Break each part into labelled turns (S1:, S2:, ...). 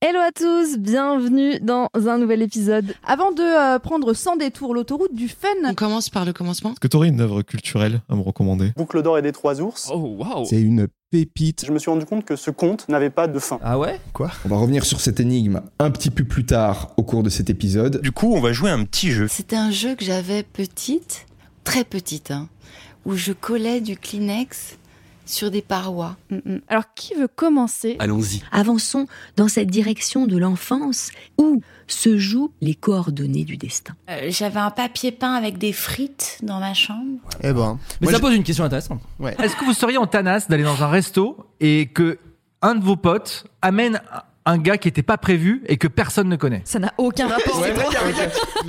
S1: Hello à tous, bienvenue dans un nouvel épisode.
S2: Avant de euh, prendre sans détour l'autoroute du
S3: On
S2: fun,
S3: commence par le commencement.
S4: Est-ce que tu aurais une œuvre culturelle à me recommander
S5: Boucle d'or et des trois ours,
S6: Oh waouh
S7: C'est une pépite.
S5: je me suis rendu compte que ce conte n'avait pas de fin.
S6: Ah ouais
S7: On va revenir sur cette énigme un petit peu plus tard au cours de cet épisode.
S8: Du coup, on va jouer à un petit jeu.
S3: C'était un jeu que j'avais petite, très petite, hein, où je collais du Kleenex sur des parois.
S1: Alors qui veut commencer
S8: Allons-y.
S9: Avançons dans cette direction de l'enfance où se jouent les coordonnées du destin.
S10: Euh, J'avais un papier peint avec des frites dans ma chambre.
S11: Eh ben,
S6: Mais
S11: Moi,
S6: ça
S11: je-
S6: pose une question intéressante.
S11: Ouais.
S6: Est-ce que vous seriez en tanasse d'aller dans un resto et que un de vos potes amène un gars qui était pas prévu et que personne ne connaît
S2: ça n'a aucun rapport. C'est trop-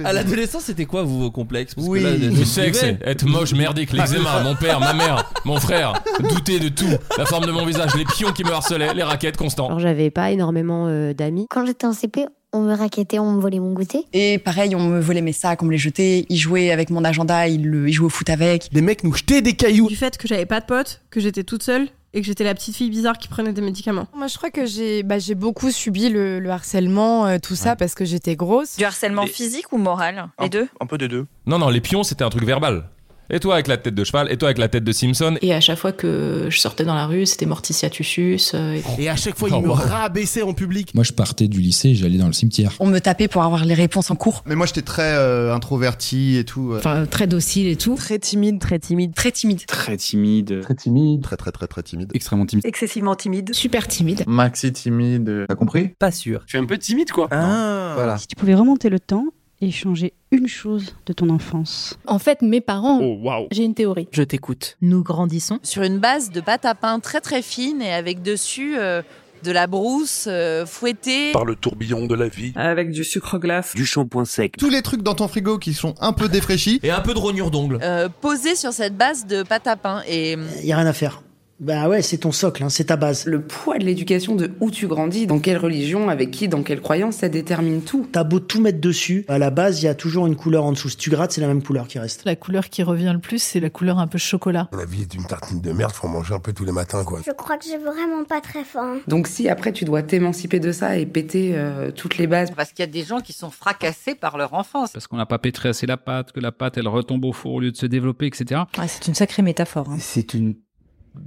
S6: À l'adolescence, c'était quoi vous vos complexes Parce
S11: Oui.
S6: que là,
S11: Le
S6: vous Ah.
S12: Le sexe,
S6: vivez.
S12: être moche, merdique, l'eczéma, mon père, ma mère, mon frère, douter de tout, la forme de mon visage, les pions qui me harcelaient, les raquettes constant.
S9: j'avais pas énormément euh, d'amis.
S10: Quand j'étais en CP, on me raquettait, on me volait mon goûter.
S3: Et pareil, on me volait mes sacs, on me les jetait, ils jouaient avec mon agenda, ils, le- ils jouaient au foot avec.
S11: Les mecs nous jetaient des cailloux.
S13: du fait que j'avais pas de potes, que j'étais toute seule et que j'étais la petite fille bizarre qui prenait des médicaments.
S2: Moi, je crois que j'ai bah, j'ai beaucoup subi le, le harcèlement, euh, tout ça, parce que j'étais grosse.
S8: Harcèlement physique ou moral Les deux Un peu des deux.
S12: Non, non, les pions, c'était un truc verbal. Et toi avec la tête de cheval, et toi avec la tête de Simpson.
S3: Et à chaque fois que je sortais dans la rue, c'était Morticia euh, Tusus.
S11: Et à chaque fois,
S12: Oh,
S11: ils me
S12: wow.
S11: rabaissaient en public.
S7: Moi, je partais du lycée et j'allais dans le cimetière.
S3: On me tapait pour avoir les réponses en cours.
S11: Mais moi, j'étais très euh, introverti et tout. euh.
S9: Enfin, très docile et tout.
S1: Très timide, très timide.
S3: Très timide.
S8: Très timide.
S7: Très timide.
S8: Très très très très timide.
S7: Extrêmement timide.
S9: Excessivement timide.
S13: Super timide.
S8: Maxi timide. T'as compris
S6: Pas sûr.
S8: Tu es un peu timide quoi.
S11: Ah.
S8: Voilà.
S10: Bah. Si tu pouvais remonter le temps et changer une chose de ton enfance.
S13: En fait, mes parents,
S12: Oh waouh
S13: j'ai une théorie.
S3: Je t'écoute.
S9: Nous grandissons.
S3: Sur une base de pâte à pain très très fine et avec dessus euh, de la brousse euh, fouettée.
S8: Par le tourbillon de la vie.
S9: Avec du sucre glace.
S8: Du shampoing sec.
S11: Tous les trucs dans ton frigo qui sont un peu défraîchis.
S6: Et un peu de rognure d'ongle.
S3: euh, posée sur cette base de pâte à pain et euh,
S10: Il y a rien à faire. Bah ouais, c'est ton socle, hein, c'est ta base.
S3: Le poids de l'éducation de où tu grandis, dans quelle religion, avec qui, dans quelle croyance, ça détermine tout.
S10: T'as beau tout mettre dessus, à la base, il y a toujours une couleur en dessous. Si tu grattes, c'est la même couleur qui reste.
S13: La couleur qui revient le plus, c'est la couleur un peu chocolat.
S8: La vie est une tartine de merde, faut en manger un peu tous les matins quoi.
S10: Je crois que j'ai vraiment pas très faim.
S3: Donc si après tu dois t'émanciper de ça et péter toutes les bases. Parce qu'il y a des gens qui sont fracassés par leur enfance.
S8: Parce qu'on n'a pas pétré assez la pâte, que la pâte elle retombe au four au lieu de se développer, etc.
S3: c'est une sacrée métaphore.
S8: C'est une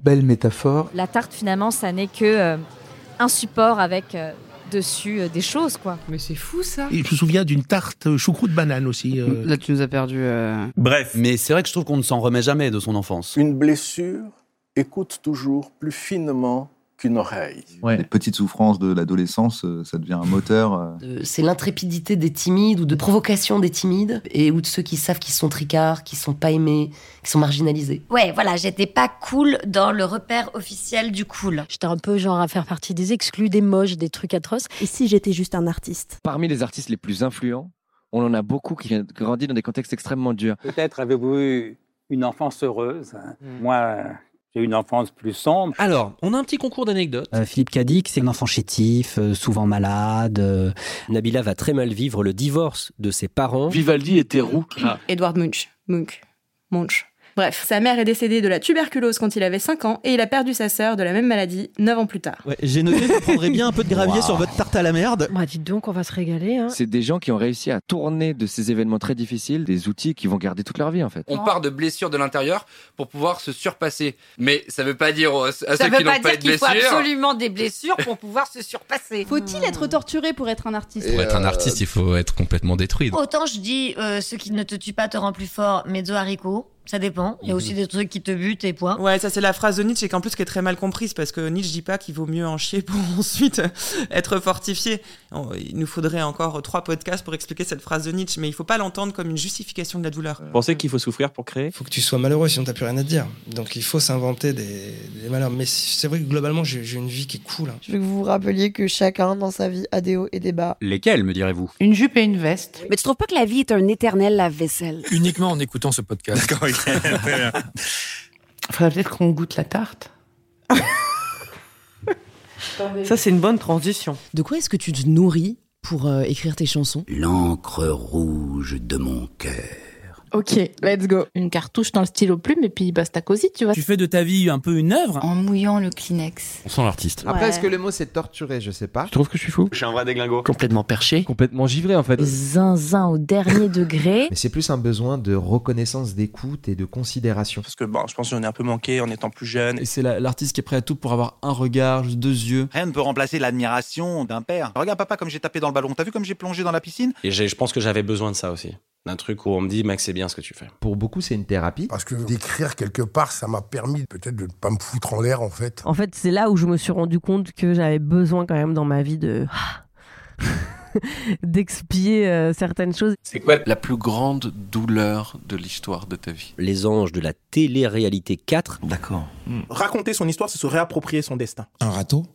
S8: belle métaphore.
S1: La tarte finalement ça n'est que euh, un support avec euh, dessus euh, des choses quoi.
S3: Mais c'est fou ça.
S11: Et je me souviens d'une tarte choucroute banane aussi. euh.
S3: Là tu nous as perdu. euh.
S8: Bref.
S7: Mais c'est vrai que je trouve qu'on ne s'en remet jamais de son enfance.
S5: Une blessure écoute toujours plus finement qu'une oreille.
S8: Ouais.
S7: petites souffrances de l'adolescence, euh, ça devient un moteur. euh.
S3: C'est l'intrépidité des timides ou de provocation des timides et ou de ceux qui savent qu'ils sont tricards, qui sont pas aimés, qui sont marginalisés.
S10: Ouais, voilà, j'étais pas cool dans le repère officiel du cool.
S9: J'étais un peu genre à faire partie des exclus, des moches, des trucs atroces.
S13: Et si j'étais juste un artiste
S8: Parmi les artistes les plus influents, on en a beaucoup qui ont grandi dans des contextes extrêmement durs.
S7: Peut-être avez-vous eu une enfance heureuse.
S8: Hmm.
S7: Moi, j'ai eu une enfance plus sombre.
S6: Alors, on a un petit concours d'anecdotes.
S8: Euh, Philippe Cadic, c'est un enfant chétif, euh, souvent malade. euh. Nabila va très mal vivre le divorce de ses parents. Vivaldi était roux.
S9: Edward Munch. Munch. Munch. Bref, sa mère est décédée de la tuberculose quand il avait 5 ans et il a perdu sa sœur de la même maladie 9 ans plus tard.
S8: J'ai noté que vous prendrez bien un peu de gravier
S7: sur
S8: votre tarte à la merde.
S9: Bah dites donc, on va se régaler. Hein.
S8: C'est des gens qui ont réussi à tourner de ces événements très difficiles des outils qui vont garder toute leur vie en fait.
S3: On
S8: part de blessures de l'intérieur pour pouvoir se surpasser. Mais ça veut pas dire à
S3: Ça veut pas dire qu'il faut absolument des blessures pour pouvoir se surpasser.
S2: Faut-il être torturé pour être un artiste
S6: euh,
S12: Pour être
S3: Euh,
S12: un artiste, il faut être complètement détruit.
S3: Oh.
S10: Autant je dis, euh, ce qui ne te tue pas te rend plus fort, mezzo haricots, ça dépend. Il y a aussi des trucs qui te butent et point.
S8: Ouais, ça c'est la phrase de Nietzsche et qu'en plus qui est très mal comprise parce que Nietzsche dit pas qu'il vaut mieux en chier pour ensuite être fortifié. On- Il nous faudrait encore trois podcasts pour expliquer cette phrase de Nietzsche, mais il faut pas l'entendre comme une justification de la douleur. Pensez qu'il faut souffrir pour créer
S7: Faut que tu sois malheureux sinon t'as plus rien à te dire. Donc il faut s'inventer des, des malheurs. Mais c'est vrai que globalement j'ai j'ai une vie qui est cool. hein.
S13: Je veux que vous vous rappeliez que chacun dans sa vie a des hauts et des bas.
S8: Lesquels, me direz-vous
S3: Une jupe et une veste.
S9: Mais tu trouves pas que la vie est un éternel lave-vaisselle
S12: Uniquement en écoutant ce podcast.
S3: Faudrait peut-être qu'on goûte la tarte.
S8: Ça c'est une bonne transition.
S3: De quoi est-ce que tu te nourris pour euh, écrire tes chansons
S8: L'encre rouge de mon cœur.
S1: Ok, let's go. Une cartouche dans le stylo plume et puis basta cosy, tu vois.
S14: Tu fais de ta vie un peu une œuvre.
S1: En mouillant le Kleenex.
S15: On sent l'artiste.
S16: Ah.
S17: Après, est-ce que le mot c'est torturé Je sais pas.
S18: Tu trouves que je suis fou
S15: Je suis un vrai déglingo.
S18: Complètement perché. Complètement givré en
S16: Euh,
S18: fait.
S19: Zinzin au dernier degré.
S17: Mais c'est plus un besoin de reconnaissance, d'écoute et de considération.
S20: Parce que bon, je pense que j'en ai un peu manqué en étant plus jeune.
S21: Et c'est la- l'artiste qui est prêt à tout pour avoir un regard, juste deux yeux.
S22: Rien ne peut remplacer l'admiration d'un père. Regarde papa comme j'ai tapé dans le ballon. T'as vu comme j'ai plongé dans la piscine
S23: Et j'ai- je pense que j'avais besoin de ça aussi. D'un truc où on me dit, mec, c'est bien ce que tu fais.
S17: Pour beaucoup, c'est une thérapie.
S24: Parce que d'écrire quelque part, ça m'a permis peut-être de ne pas me foutre en l'air en fait.
S25: En fait, c'est là où je me suis rendu compte que j'avais besoin quand même dans ma vie de d'expier euh, certaines choses.
S16: C'est quoi la plus grande douleur de l'histoire de ta vie
S23: Les anges de la télé-réalité 4. D'accord.
S20: Raconter son histoire, c'est se réapproprier son destin.
S8: un râteau.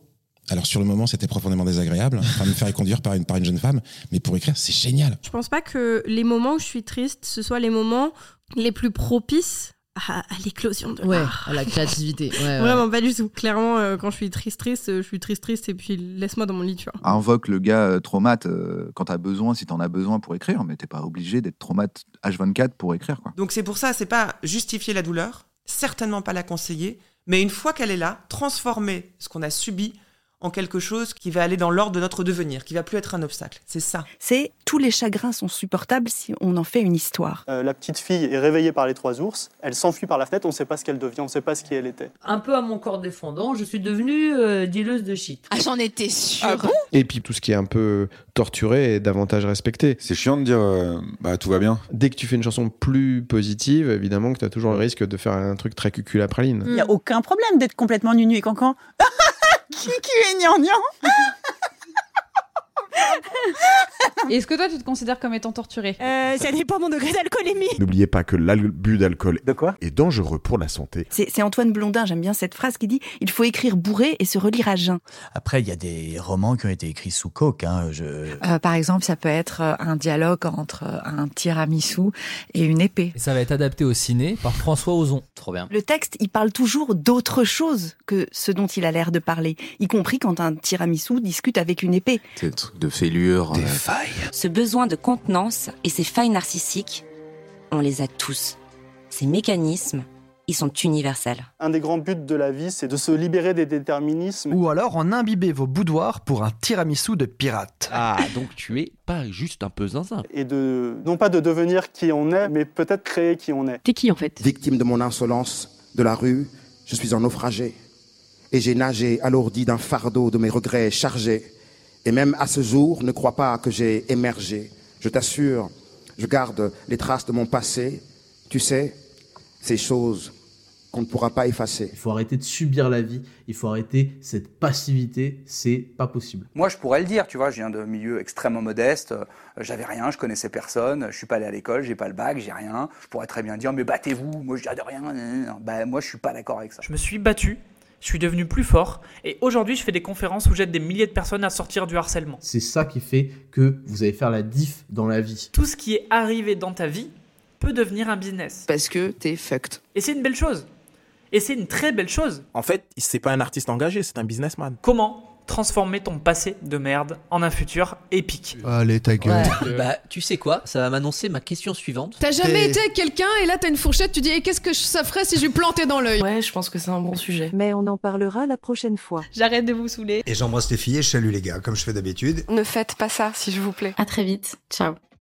S8: Alors sur le moment, c'était profondément désagréable, enfin, me faire conduire par une, par une jeune femme, mais pour écrire, c'est génial.
S2: Je pense pas que les moments où je suis triste, ce soit les moments les plus propices à, à l'éclosion de
S26: Ouais,
S2: l'art.
S26: à la créativité. Ouais, ouais.
S2: Vraiment pas du tout. Clairement, euh, quand je suis triste, triste, euh, je suis triste, triste, et puis laisse-moi dans mon lit, tu vois.
S27: Invoque le gars euh, traumate euh, quand t'as besoin, si t'en as besoin pour écrire, mais t'es pas obligé d'être traumate H24 pour écrire. Quoi.
S28: Donc c'est pour ça, c'est pas justifier la douleur, certainement pas la conseiller, mais une fois qu'elle est là, transformer ce qu'on a subi en quelque chose qui va aller dans l'ordre de notre devenir, qui va plus être un obstacle. C'est ça.
S3: C'est tous les chagrins sont supportables si on en fait une histoire.
S5: Euh, la petite fille est réveillée par les trois ours, elle s'enfuit par la fenêtre, on ne sait pas ce qu'elle devient, on ne sait pas ce qui elle était.
S29: Un peu à mon corps défendant, je suis devenue euh, dealeuse de shit.
S1: Ah, j'en étais sûre.
S30: Et puis tout ce qui est un peu torturé est davantage respecté.
S31: C'est chiant de dire euh, bah tout va bien.
S30: Dès que tu fais une chanson plus positive, évidemment que tu as toujours le risque de faire un truc très cuculapraline. Il n'y a aucun problème d'être complètement nunu et cancan. Kiki et gnangnan.
S32: Ah, Est-ce que toi, tu te considères comme étant torturé
S3: Euh, ça dépend mon degré d'alcoolémie.
S33: N'oubliez pas que l'al- l'abus d'alcool de quoi est dangereux pour la santé.
S3: C'est c'est Antoine Blondin, j'aime bien cette phrase qui dit Il faut écrire bourré et se relire à jeun.
S33: Après, il y a des romans qui ont été écrits sous coke. Hein, je...
S34: Euh, par exemple, ça peut être euh, un dialogue entre euh, un tiramisu et une épée.
S14: Et ça va être adapté au ciné par François Ozon. Trop bien.
S3: Le texte, il parle toujours d'autre chose que ce dont il a l'air de parler, y compris quand un tiramisu discute avec une épée.
S33: Des trucs de fêlure. Des failles.
S19: Ce besoin de contenance et ces failles narcissiques, on les a tous. Ces mécanismes, ils sont universels.
S5: Un des grands buts de la vie, c'est de se libérer des déterminismes.
S35: Ou alors en imbiber vos boudoirs pour un tiramisu de pirate.
S33: Ah, donc tu es pas juste un peu zinzin.
S5: Et de, non pas de devenir qui on est, mais peut-être créer qui on est.
S7: T'es qui en fait Victime de mon insolence, de la rue, je suis un naufragé. Et j'ai nagé alourdi d'un fardeau de mes regrets chargés. Et même à ce jour, ne crois pas que j'ai émergé. Je t'assure, je garde les traces de mon passé. Tu sais, ces choses qu'on ne pourra pas effacer.
S36: Il faut arrêter de subir la vie, il faut arrêter cette passivité, c'est pas possible.
S6: Moi, je pourrais le dire, tu vois, je viens de milieu extrêmement modeste, euh, j'avais rien, je connaissais personne, je suis pas allé à l'école, j'ai pas le bac, j'ai rien. Je pourrais très bien dire, mais battez-vous, moi j'ai rien. nan, nan, nan. Bah, moi, je suis pas d'accord avec ça.
S37: Je me suis battu, je suis devenu plus fort, et aujourd'hui je fais des conférences où j'aide des milliers de personnes à sortir du harcèlement.
S36: C'est ça qui fait que vous allez faire la diff dans la vie.
S37: Tout ce qui est arrivé dans ta vie peut devenir un business.
S33: Parce que t'es fucked.
S37: Et c'est une belle chose. Et c'est une très belle chose.
S20: En fait, c'est pas un artiste engagé, c'est un businessman.
S37: Comment transformer ton passé de merde en un futur épique
S33: Allez, ta gueule.
S37: euh,
S38: Bah, tu sais quoi Ça va m'annoncer ma question suivante.
S34: T'as jamais
S38: T'es-
S34: été avec quelqu'un et là t'as une fourchette, tu dis et qu'est-ce que je- ça ferait si je lui plantais dans l'œil
S1: Ouais, je pense que c'est un bon sujet. Mais on en parlera la prochaine fois.
S34: J'arrête de vous saouler.
S39: Et j'embrasse les filles et je salue les gars, comme je fais d'habitude.
S34: Ne faites pas ça, s'il vous plaît. À très vite. Ciao.